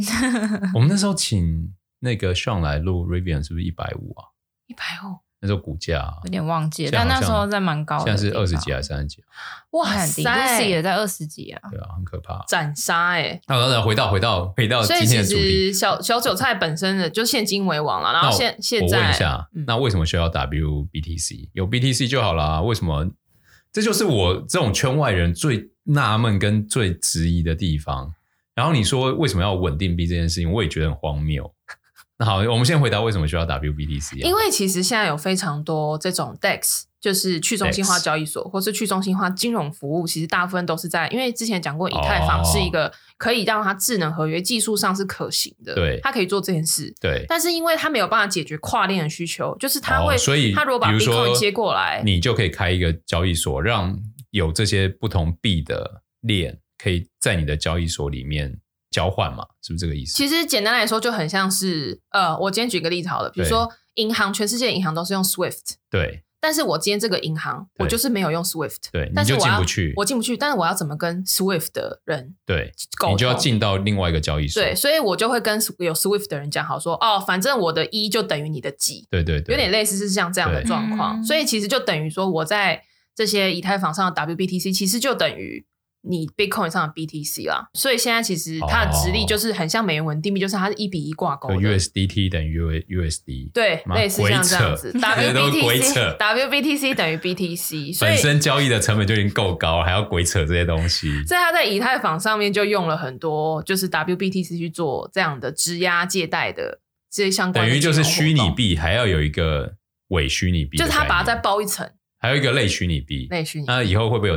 Speaker 3: 我们那时候请那个上来录 Rivian 是不是一百五啊？
Speaker 1: 一百五，
Speaker 3: 那时候股价啊
Speaker 2: 有点忘记了，
Speaker 3: 现在
Speaker 2: 但那
Speaker 3: 好像
Speaker 2: 时候在蛮高的地
Speaker 3: 现在
Speaker 2: 方，
Speaker 3: 是二十几还是三十几啊？
Speaker 1: 哇
Speaker 2: 很低，Lucy 也
Speaker 1: 塞，
Speaker 2: 在二十几啊。
Speaker 3: 对啊，很可怕。
Speaker 1: 斩杀哎！
Speaker 3: 那当然，回到回到回到
Speaker 1: 所以
Speaker 3: 哦今
Speaker 1: 其
Speaker 3: 天的主题，
Speaker 1: 实小小韭菜本身的就现金为王了，然
Speaker 3: 那
Speaker 1: 后
Speaker 3: 我
Speaker 1: 现现
Speaker 3: 我问一
Speaker 1: 在
Speaker 3: 下，
Speaker 1: 嗯
Speaker 3: 那为什么需要 WBTC？有 BTC 就好啦，为什么？这就是我这种圈外人最纳闷跟最质疑的地方。然后你说为什么要稳定币这件事情，我也觉得很荒谬。那好，我们先回答为什么需要 WBTC 啊、
Speaker 1: 因为其实现在有非常多这种 DEX，就是去中心化
Speaker 3: DEX
Speaker 1: 交易所或是去中心化金融服务，其实大部分都是在，因为之前讲过，以太坊
Speaker 3: 哦
Speaker 1: 是一个可以让它智能合约技术上是可行的，
Speaker 3: 对
Speaker 1: 它可以做这件事。
Speaker 3: 对，
Speaker 1: 但是因为它没有办法解决跨链的需求，就是它
Speaker 3: 哦
Speaker 1: 会，
Speaker 3: 所以
Speaker 1: 它如果把
Speaker 3: 比如说
Speaker 1: Bitcoin 接过来，
Speaker 3: 你就可以开一个交易所，让有这些不同币的链可以在你的交易所里面交换嘛？是不是这个意思？
Speaker 1: 其实简单来说就很像是，呃，我今天举个例子好了，比如
Speaker 3: 对
Speaker 1: 说银行，全世界的银行都是用 SWIFT，
Speaker 3: 对
Speaker 1: 但是我今天这个银行，我
Speaker 3: 对
Speaker 1: 就是没有用 SWIFT，
Speaker 3: 对，你
Speaker 1: 但是
Speaker 3: 就
Speaker 1: 我
Speaker 3: 进
Speaker 1: 要
Speaker 3: 不去，
Speaker 1: 我进不去，但是我要怎么跟 SWIFT 的人
Speaker 3: 对，
Speaker 1: 沟通？
Speaker 3: 你就要进到另外一个交易所。
Speaker 1: 对，所以我就会跟有 SWIFT 的人讲好说，哦，反正我的一就等于你的几，
Speaker 3: 对对对，
Speaker 1: 有点类似是像这样的
Speaker 3: 对
Speaker 1: 状况。
Speaker 2: 嗯
Speaker 1: 所以其实就等于说，我在这些以太坊上的 WBTC 其实就等于你 Bitcoin 上的 BTC 啦。所以现在其实它的值
Speaker 3: 哦
Speaker 1: 率就是很像美元稳定币，就是它是一比一挂钩
Speaker 3: 就
Speaker 1: 的。
Speaker 3: USDT 等于 U USD，
Speaker 1: 对，
Speaker 3: 妈
Speaker 1: 类似像这样子
Speaker 3: 鬼扯这都是鬼扯
Speaker 1: ，WBTC WBTC 等于 BTC，所以
Speaker 3: 本身交易的成本就已经够高了，还要鬼扯这些东西。
Speaker 1: 所以他在以太坊上面就用了很多，就是 WBTC 去做这样的质押借贷的这些相关
Speaker 3: 等
Speaker 1: 的
Speaker 3: 于
Speaker 1: 金
Speaker 3: 就
Speaker 1: 融
Speaker 3: 是
Speaker 1: 活动，
Speaker 3: 虚拟币，还要有一个伪虚拟币
Speaker 1: 就
Speaker 3: 的
Speaker 1: 是
Speaker 3: 概念，啊
Speaker 1: 他把它再包一层
Speaker 3: 还有一个类虚拟币。
Speaker 1: 内虚拟，
Speaker 3: 那以后会不会有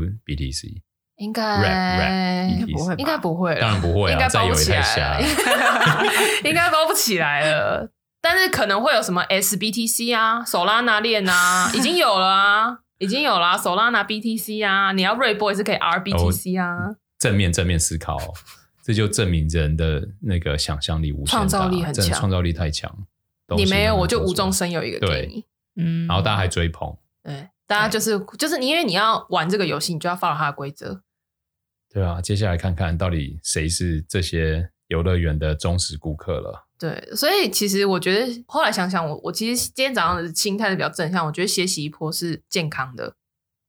Speaker 3: WWBTC？
Speaker 1: 应
Speaker 3: rap
Speaker 1: 该
Speaker 3: rap
Speaker 2: 不会吧
Speaker 1: 应该不会了，
Speaker 3: 当然不会啊
Speaker 1: 应该包不起
Speaker 3: 再有也太
Speaker 1: 来
Speaker 3: 瞎
Speaker 1: 了， 应该包不起来了。但是可能会有什么 SBTC 啊、Solana 链啊，已经有了 啊，已经有了、啊、Solana BTC 啊，你要瑞波也是可以 RBTC 啊，
Speaker 3: 正面正面思考哦、这就证明人的那个想象力无限大，
Speaker 1: 创造力很强
Speaker 3: 真的创造力太强。
Speaker 1: 你没有我就
Speaker 3: 东西
Speaker 1: 无
Speaker 3: 都
Speaker 1: 中
Speaker 3: 能做出来，
Speaker 1: 生有一个给
Speaker 3: 对
Speaker 1: 你。
Speaker 2: 嗯，
Speaker 3: 然后大家还追捧，
Speaker 1: 对，大家就是就是你，因为你要玩这个游戏，你就要 follow 它的规则。
Speaker 3: 对啊。接下来看看到底谁是这些游乐园的忠实顾客了。
Speaker 1: 对，所以其实我觉得后来想想，我我其实今天早上的心态是比较正向，我觉得学习一波是健康的，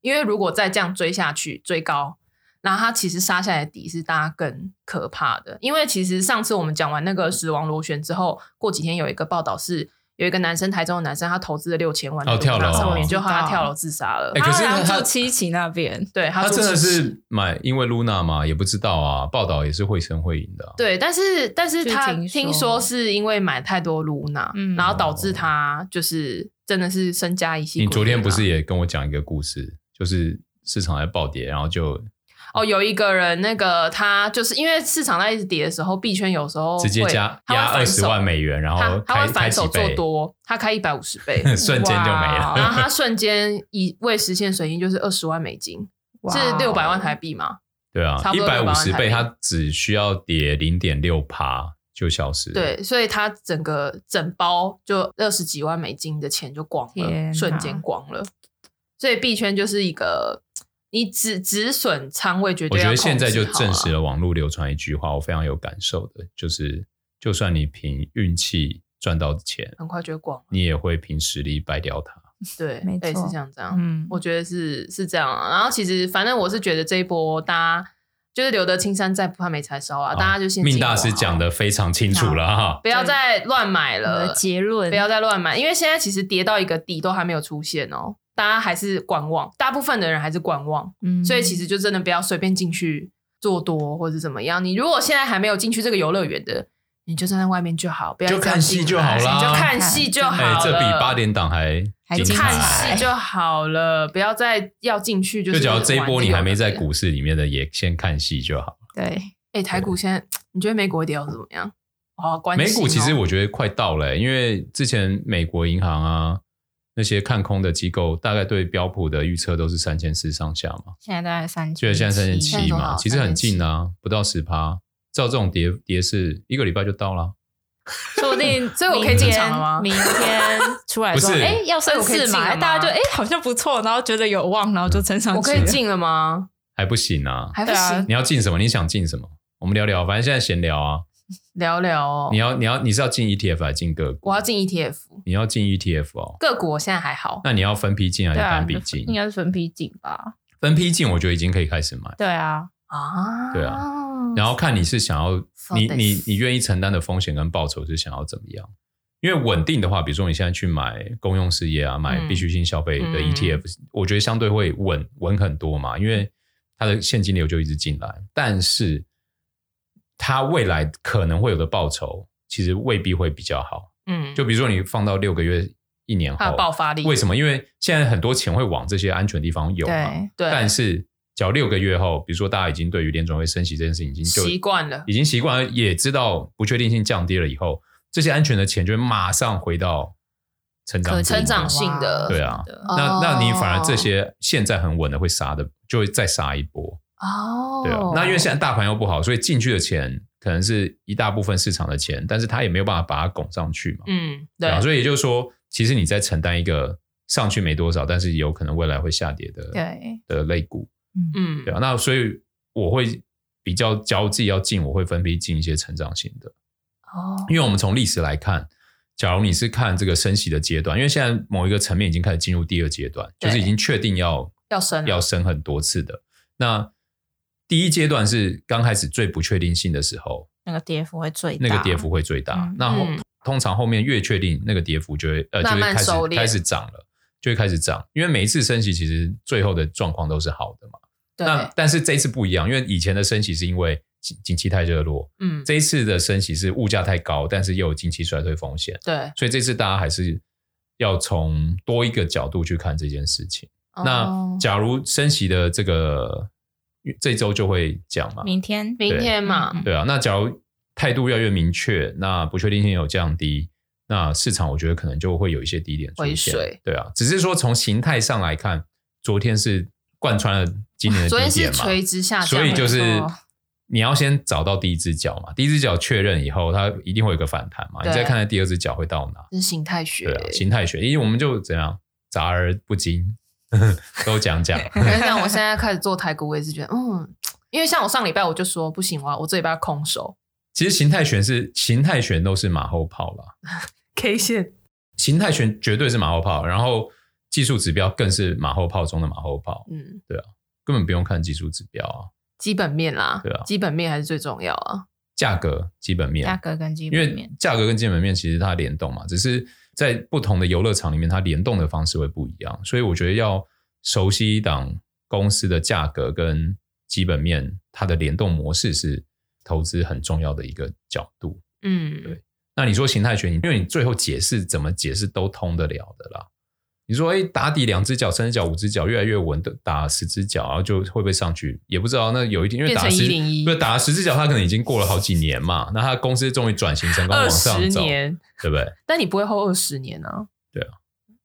Speaker 1: 因为如果再这样追下去追高，然后它其实杀下来的底是大家更可怕的。因为其实上次我们讲完那个死亡螺旋之后，过几天有一个报道是。有一个男生，台中的男生，他投资了六千万，
Speaker 3: 哦跳楼
Speaker 1: 上面
Speaker 3: 哦
Speaker 1: 就他
Speaker 2: 知道
Speaker 1: 跳楼自杀了。
Speaker 3: 哎可是
Speaker 2: 好像
Speaker 3: 他
Speaker 2: 住七期那边，
Speaker 1: 对他
Speaker 3: 他
Speaker 1: 住
Speaker 3: 真的
Speaker 1: 七十
Speaker 3: 是买，因为露娜嘛，也不知道啊，报道也是绘声绘影的啊、
Speaker 1: 对，但是但是
Speaker 2: 就
Speaker 1: 他
Speaker 2: 听说
Speaker 1: 听说是因为买太多露娜，
Speaker 2: 嗯
Speaker 1: 然后导致他就是真的是身家一系归零
Speaker 3: 哦你
Speaker 1: 啊。
Speaker 3: 昨天不是也跟我讲一个故事，就是市场在暴跌，然后就
Speaker 1: 哦，有一个人那个他就是因为市场在一直跌的时候，币圈有时候
Speaker 3: 直接
Speaker 1: 哦会
Speaker 3: 加
Speaker 1: 他会
Speaker 3: 压二
Speaker 1: 反
Speaker 3: 十
Speaker 1: 手
Speaker 3: 万美元，然后
Speaker 1: 他他
Speaker 3: 开
Speaker 1: 会
Speaker 3: 开
Speaker 1: 反
Speaker 3: 几
Speaker 1: 手做
Speaker 3: 倍，
Speaker 1: 多，他开一百五十倍，
Speaker 3: 瞬间就没
Speaker 2: 哇。
Speaker 3: 了
Speaker 1: 然后他瞬间以未实现损益就是二十万美金，
Speaker 2: 哇哦
Speaker 1: 是六百万台币嘛？
Speaker 3: 对啊
Speaker 1: 差，不
Speaker 3: 一
Speaker 1: 多
Speaker 3: 百
Speaker 1: 600
Speaker 3: 五
Speaker 1: 万
Speaker 3: 十
Speaker 1: 台
Speaker 3: 倍，
Speaker 1: 币
Speaker 3: 它只需要跌零点六趴就消失了。
Speaker 1: 对，所以他整个整包就二十几万美金的钱就光
Speaker 2: 天
Speaker 1: 了，
Speaker 2: 哪
Speaker 1: 瞬间光了。所以币圈就是一个，你止止损仓位绝
Speaker 3: 我
Speaker 1: 对
Speaker 3: 觉
Speaker 1: 要
Speaker 3: 得现在就
Speaker 1: 控制好
Speaker 3: 证
Speaker 1: 啊
Speaker 3: 实了网络流传一句话，我非常有感受的，就是就算你凭运气赚到钱，
Speaker 1: 很快就会光了。
Speaker 3: 你也会凭实力败掉它。
Speaker 1: 对
Speaker 2: 没，
Speaker 1: 类似
Speaker 2: 错
Speaker 1: 像这样，
Speaker 2: 嗯，
Speaker 1: 我觉得是是这样啊。然后其实反正我是觉得这一波大家就是留得青山在，不怕没柴烧啊。大家就先
Speaker 3: 哦命
Speaker 1: 进
Speaker 3: 大
Speaker 1: 好
Speaker 3: 师
Speaker 1: 好
Speaker 3: 讲，的非常清楚了哈。
Speaker 1: 不要再乱买
Speaker 2: 我的
Speaker 1: 了，
Speaker 2: 结论
Speaker 1: 不要再乱买，因为现在其实跌到一个底都还没有出现哦，大家还是观望，大部分的人还是观望。
Speaker 2: 嗯
Speaker 1: 所以其实就真的不要随便进去做多或者怎么样。你如果现在还没有进去这个游乐园的，你就站在外面就好，不要
Speaker 3: 就看戏
Speaker 1: 这样进来
Speaker 3: 就好
Speaker 1: 你
Speaker 3: 啦
Speaker 1: 就看戏就好
Speaker 3: 哎
Speaker 1: 了。，
Speaker 3: 这比八点档还
Speaker 2: 还
Speaker 3: 精
Speaker 2: 精
Speaker 1: 看
Speaker 3: 彩。
Speaker 1: 戏就好了，不要再要进去就。
Speaker 3: 就是只要这一波你还没在，股市里面的，也先看戏就好。
Speaker 2: 对，
Speaker 1: 哎、台股现在你觉得美股跌到怎么样？哦，关心
Speaker 3: 美
Speaker 1: 哦
Speaker 3: 股其实我觉得快到了、因为之前美国银行啊那些看空的机构，大概对标普的预测都是三千四上下嘛，
Speaker 2: 现在大概嗯三，
Speaker 3: 就是现在三千
Speaker 1: 现在
Speaker 3: 七
Speaker 1: 多
Speaker 3: 嘛，
Speaker 1: 少
Speaker 3: 其实很近啊，不到十趴。照这种跌跌势，一个礼拜就到了。
Speaker 2: 说不定
Speaker 1: 所以我可以进场了吗
Speaker 2: 明天出来说，
Speaker 3: 不是
Speaker 2: 哎，要
Speaker 1: 所以
Speaker 2: 升
Speaker 1: 我可以
Speaker 2: 四
Speaker 1: 进了
Speaker 2: 嘛，
Speaker 1: 吗
Speaker 2: 大家就哎好像不错，然后觉得有望，然后就撑上去。
Speaker 1: 我可以，进了吗？
Speaker 3: 还不行啊。
Speaker 1: 还不
Speaker 2: 对啊
Speaker 1: 行，
Speaker 3: 你要进什么？你想进什么？我们聊聊，反正现在闲聊啊。
Speaker 1: 聊聊哦
Speaker 3: 你。要你要你是要进 ETF 还是进个股？
Speaker 1: 我要进 E ETF，
Speaker 3: 你要进 ETF 哦。
Speaker 1: 个股我现在还好，
Speaker 3: 那你要分批进还是
Speaker 2: 对啊，
Speaker 3: 单笔进
Speaker 2: 应？该是分批进吧？
Speaker 3: 分批进，我觉得已经可以开始买。
Speaker 2: 对啊，
Speaker 1: 啊，
Speaker 3: 对啊，然后看你是想要
Speaker 1: 说
Speaker 3: 你
Speaker 1: 得
Speaker 3: 你
Speaker 1: 死
Speaker 3: 你愿意承担的风险跟报酬是想要怎么样？因为稳定的话，比如说你现在去买公用事业啊，买
Speaker 1: 嗯
Speaker 3: 必需性消费的
Speaker 1: 嗯
Speaker 3: ETF，、我觉得相对会稳稳很多嘛，因为它的现金流就一直进来，但是它未来可能会有的报酬，其实未必会比较好。
Speaker 1: 嗯，
Speaker 3: 就比如说你放到六个月、一年
Speaker 1: 它
Speaker 3: 后
Speaker 1: 的，爆发力
Speaker 3: 为什么？因为现在很多钱会往这些安全地方涌嘛。
Speaker 2: 对，
Speaker 1: 对，
Speaker 3: 但是，只要六个月后，比如说大家已经对于联准会升息这件事情已经就
Speaker 1: 习惯了，
Speaker 3: 已经习惯了，也知道不确定性降低了以后，这些安全的钱就会马上回到成长
Speaker 2: 可
Speaker 3: 股
Speaker 1: 成长
Speaker 3: 嘛
Speaker 1: 性的
Speaker 3: 对啊
Speaker 2: 什么的
Speaker 1: 哦
Speaker 3: 那、那你反而这些现在很稳的会杀的，就会再杀一波，
Speaker 1: 哦，
Speaker 3: 对啊。那因为现在大盘又不好，所以进去的钱可能是一大部分市场的钱，但是它也没有办法把它拱上去嘛，
Speaker 1: 嗯，
Speaker 3: 对啊。
Speaker 1: 对，
Speaker 3: 所以也就是说，其实你在承担一个上去没多少，但是有可能未来会下跌的
Speaker 2: 对，
Speaker 3: 的类股，
Speaker 1: 嗯
Speaker 3: 对啊。那所以我会比较交际要进，我会分批进一些成长型的。
Speaker 1: 哦，
Speaker 3: 因为我们从历史来看，假如你是看这个升息的阶段，因为现在某一个层面已经开始进入第二阶段，就
Speaker 1: 对嗯
Speaker 3: 是已经确定要
Speaker 1: 要升了
Speaker 3: 要升很多次的。那第一阶段是刚开始最不确定性的时候，
Speaker 2: 那个跌幅会最大，
Speaker 3: 那个跌幅会最大。
Speaker 2: 嗯
Speaker 3: 那后、
Speaker 1: 嗯
Speaker 3: 通常后面越确定，那个跌幅就会呃就
Speaker 1: 慢
Speaker 3: 会
Speaker 1: 慢
Speaker 3: 开始
Speaker 1: 收敛
Speaker 3: 开始涨了，就会开始涨。因为每一次升息，其实最后的状况都是好的嘛。
Speaker 1: 对，
Speaker 3: 那但是这一次不一样，因为以前的升息是因为景景气太热络，
Speaker 1: 嗯，
Speaker 3: 这一次的升息是物价太高，但是又有经济衰退风险，
Speaker 1: 对，
Speaker 3: 所以这次大家还是要从多一个角度去看这件事情。那
Speaker 1: 哦
Speaker 3: 假如升息的这个这周就会讲嘛，
Speaker 2: 明天
Speaker 1: 明天嘛，
Speaker 2: 嗯
Speaker 3: 对啊，那假如态度越来越明确，那不确定性有降低，那市场我觉得可能就会有一些低点出
Speaker 1: 回
Speaker 3: 现
Speaker 1: 水。
Speaker 3: 对啊，只是说从形态上来看，昨天是贯穿了今年的
Speaker 1: 啊昨天
Speaker 3: 低
Speaker 1: 是
Speaker 3: 点嗯嘛，
Speaker 1: 垂直下降，
Speaker 3: 所以就是
Speaker 2: 没错
Speaker 3: 你要先找到第一只脚嘛，第一只脚确认以后，它一定会有个反弹嘛，你
Speaker 1: 对
Speaker 3: 再看看第二只脚会到哪。
Speaker 1: 这是形态学
Speaker 3: 对，啊，形态学，因为我们就怎样杂而不精， 都讲讲。
Speaker 1: 我跟你讲，我现在开始做台股，我也是觉得，嗯，因为像我上礼拜我就说不行，我要我这礼拜要空手
Speaker 3: 其实形态学是形态学都是马后炮啦，
Speaker 1: K 线，
Speaker 3: 形态学绝对是马后炮，然后技术指标更是马后炮中的马后炮，
Speaker 1: 嗯，
Speaker 3: 根本不用看技术指标啊，
Speaker 1: 基本面啦，
Speaker 3: 对啊
Speaker 1: 基本面还是最重要啊，
Speaker 3: 价格基本面，
Speaker 2: 价格跟基
Speaker 3: 因
Speaker 2: 本
Speaker 3: 为
Speaker 2: 面，
Speaker 3: 价格跟基本面其实它联动嘛，只是在不同的游乐场里面，它联动的方式会不一样。所以我觉得要熟悉一档公司的价格跟基本面它的联动模式是投资很重要的一个角度。
Speaker 1: 嗯
Speaker 3: 对，那你说形态学，你因为你最后解释怎么解释都通得了的啦。你说，哎，打底两只脚、三只脚、五只脚，越来越稳的打十只脚，然后就会不会上去？也不知道。那有一天，因为
Speaker 1: 变
Speaker 3: 打
Speaker 1: 成
Speaker 3: 十，
Speaker 1: 101
Speaker 3: 对，打了十只脚，他可能已经过了好几年嘛。那他公司终于转型成功，往
Speaker 1: 二
Speaker 3: 上
Speaker 1: 十
Speaker 3: 走，
Speaker 1: 年，
Speaker 3: 对不对？
Speaker 1: 但你不会后二十年啊，
Speaker 3: 对啊，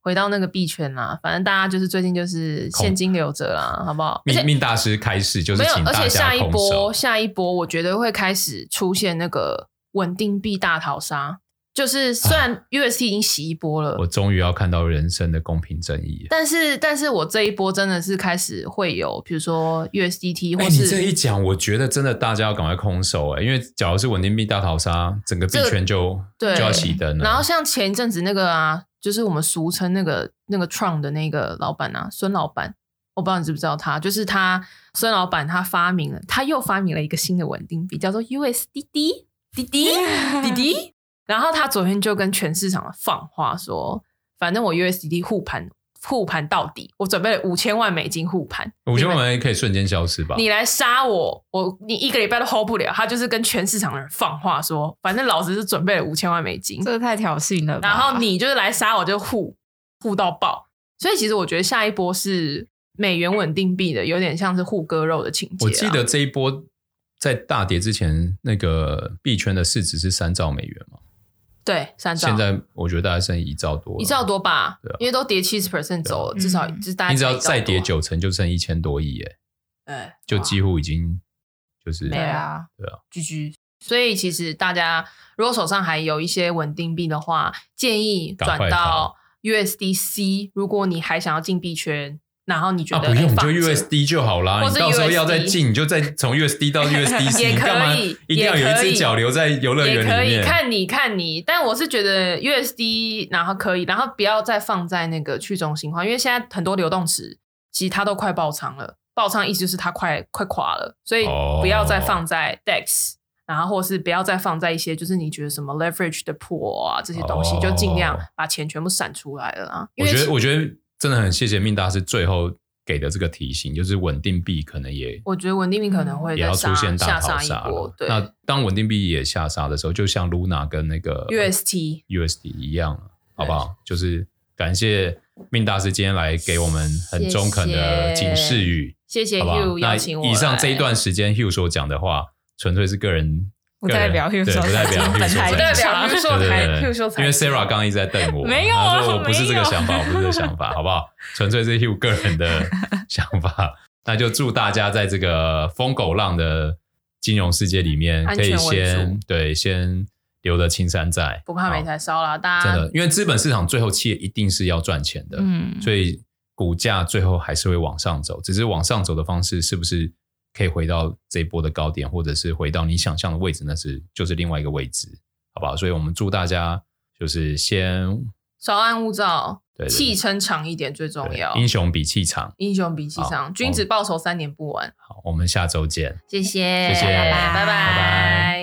Speaker 1: 回到那个币圈啦，反正大家就是最近就是现金流着啦，好不好？而且
Speaker 3: 命命大师开始就是
Speaker 1: 没有
Speaker 3: 请，
Speaker 1: 而
Speaker 3: 大
Speaker 1: 且
Speaker 3: 家
Speaker 1: 下一
Speaker 3: 空手
Speaker 1: 波，。下一波，我觉得会开始出现那个稳定币大逃杀。就是虽然 UST 已经洗一波了，
Speaker 3: 啊我终于要看到人生的公平正义了。
Speaker 1: 但是但是我这一波真的是开始会有，比如说 USDT
Speaker 3: 哎，
Speaker 1: 或
Speaker 3: 你这一
Speaker 1: 是
Speaker 3: 讲，我觉得真的大家要赶快空手哎、因为假如是稳定币大逃杀，整个币
Speaker 1: 这个
Speaker 3: 圈就
Speaker 1: 对
Speaker 3: 就要熄灯了。
Speaker 1: 然后像前一阵子那个啊，就是我们俗称那个那个 Trump 的那个老板啊，孙老板，我不知道你知不知道他，就是他孙老板他发明了，他又发明了一个新的稳定币，叫做 USDD 滴滴滴滴。然后他昨天就跟全市场放话说，反正我 USDD 护盘护盘到底，我准备了五千万美金护盘，
Speaker 3: 我觉得
Speaker 1: 你们
Speaker 3: 我们可以瞬间消失吧。
Speaker 1: 你来杀我，我你一个礼拜都 hold 不了。他就是跟全市场的人放话说，反正老子是准备了五千万美金，
Speaker 2: 这个太挑衅了吧。
Speaker 1: 然后你就是来杀我就护护到爆。所以其实我觉得下一波是美元稳定币的，有点像是护割肉的情节啊。
Speaker 3: 我记得这一波在大跌之前，那个币圈的市值是三兆美元嘛，
Speaker 1: 对三兆，
Speaker 3: 现在我觉得大概剩一兆多了，
Speaker 1: 一兆。多吧
Speaker 3: 对啊，
Speaker 1: 因为都跌七十 percent 走了，
Speaker 2: 嗯
Speaker 1: 至少就是大家
Speaker 3: 你只要再跌，九成，就剩一千多亿，哎，
Speaker 1: 哎，
Speaker 3: 就
Speaker 1: 啊哇
Speaker 3: 几乎已经就是
Speaker 2: 对啊，
Speaker 1: 居居。所以其实大家如果手上还有一些稳定币的话，建议
Speaker 3: 赶快
Speaker 1: 转到 USDC。如果你还想要进币圈，然后你觉
Speaker 3: 啊，
Speaker 1: 得、
Speaker 3: 不
Speaker 1: 哎
Speaker 3: 用，你就
Speaker 1: 放着
Speaker 3: USD 就好啦。
Speaker 1: 或
Speaker 3: 你
Speaker 1: 是
Speaker 3: 到时候要再
Speaker 1: USD
Speaker 3: 进，你就再从 USD 到 USDC，
Speaker 1: 也
Speaker 3: 你
Speaker 1: 可以
Speaker 3: 干嘛一定要有一
Speaker 1: 也可
Speaker 3: 只
Speaker 1: 以
Speaker 3: 脚留在游乐园
Speaker 1: 也可
Speaker 3: 里
Speaker 1: 以
Speaker 3: 面？
Speaker 1: 看你看你，但我是觉得 USD 然后可以，然后不要再放在那个去中心化，因为现在很多流动池其实它都快爆仓了，爆仓意思就是它快快垮了，所以
Speaker 3: 哦
Speaker 1: 不要再放在 DEX，、然后或是不要再放在一些就是你觉得什么 leverage 的 pool 啊这些东西，
Speaker 3: 哦
Speaker 1: 就尽量把钱全部闪出来了啊。因
Speaker 3: 我
Speaker 1: 为
Speaker 3: 觉
Speaker 1: 其
Speaker 3: 得，我觉得真的很谢谢命大师最后给的这个提醒，就是稳定币可能也
Speaker 1: 我觉得稳定币可能会
Speaker 3: 嗯也
Speaker 1: 再
Speaker 3: 要
Speaker 1: 杀
Speaker 3: 出现大
Speaker 1: 下
Speaker 3: 逃
Speaker 1: 杀一
Speaker 3: 杀
Speaker 1: 波
Speaker 3: 了，。
Speaker 1: 对
Speaker 3: 那当稳定币也下杀的时候，就像 Luna 跟那个
Speaker 1: UST
Speaker 3: USD 一样了，好不好？就是感谢命大师今天来给我们很中肯的警示语，
Speaker 1: 谢谢
Speaker 3: 好不好
Speaker 1: Hugh
Speaker 3: 那
Speaker 1: 邀请我来。
Speaker 3: 以上这一段时间 Hugh 所讲的话，纯粹是个人，
Speaker 2: 不代表
Speaker 3: 个人
Speaker 2: Hugh
Speaker 3: 对
Speaker 2: 所
Speaker 3: 不代表
Speaker 2: 讲
Speaker 3: Hugh
Speaker 2: 本
Speaker 3: 所
Speaker 2: 台
Speaker 1: 不
Speaker 3: 讲
Speaker 1: 代
Speaker 3: 的
Speaker 1: 表
Speaker 2: 台
Speaker 1: Hugh 说台
Speaker 3: 对对
Speaker 1: Hugh 说
Speaker 3: 因
Speaker 1: 台
Speaker 3: 为 Sarah 刚刚一直在瞪我，
Speaker 2: 没有啊
Speaker 3: 她说我不是这
Speaker 2: 没
Speaker 3: 个
Speaker 2: 有
Speaker 3: 想法，我不是这个想法，好不 好？纯粹是 Hugh 个人的想法。 那就祝大家在这个疯狗浪的金融世界里面，
Speaker 1: 安
Speaker 3: 可
Speaker 1: 全
Speaker 3: 以
Speaker 1: 为
Speaker 3: 先
Speaker 1: 主
Speaker 3: 对先留得青山在，
Speaker 1: 不怕没
Speaker 3: 好
Speaker 1: 柴烧啦，大
Speaker 3: 真
Speaker 1: 家
Speaker 3: 的，因为资本市场最后企业一定是要赚钱的，
Speaker 2: 嗯，
Speaker 3: 所以股价最后还是会往上走，只是往上走的方式是不是可以回到这一波的高点，或者是回到你想象的位置，那是就是另外一个位置，好不好？所以我们祝大家就是先
Speaker 1: 稍安勿躁
Speaker 3: 对，对
Speaker 1: 气撑长一点最重
Speaker 3: 对
Speaker 1: 要。
Speaker 3: 英雄比气场。
Speaker 1: 英雄比气
Speaker 3: 好
Speaker 1: 长，君子报仇三年不晚。
Speaker 3: 好，我们下周见。
Speaker 1: 谢谢，
Speaker 3: 谢谢
Speaker 1: 拜拜，
Speaker 2: 拜
Speaker 3: 拜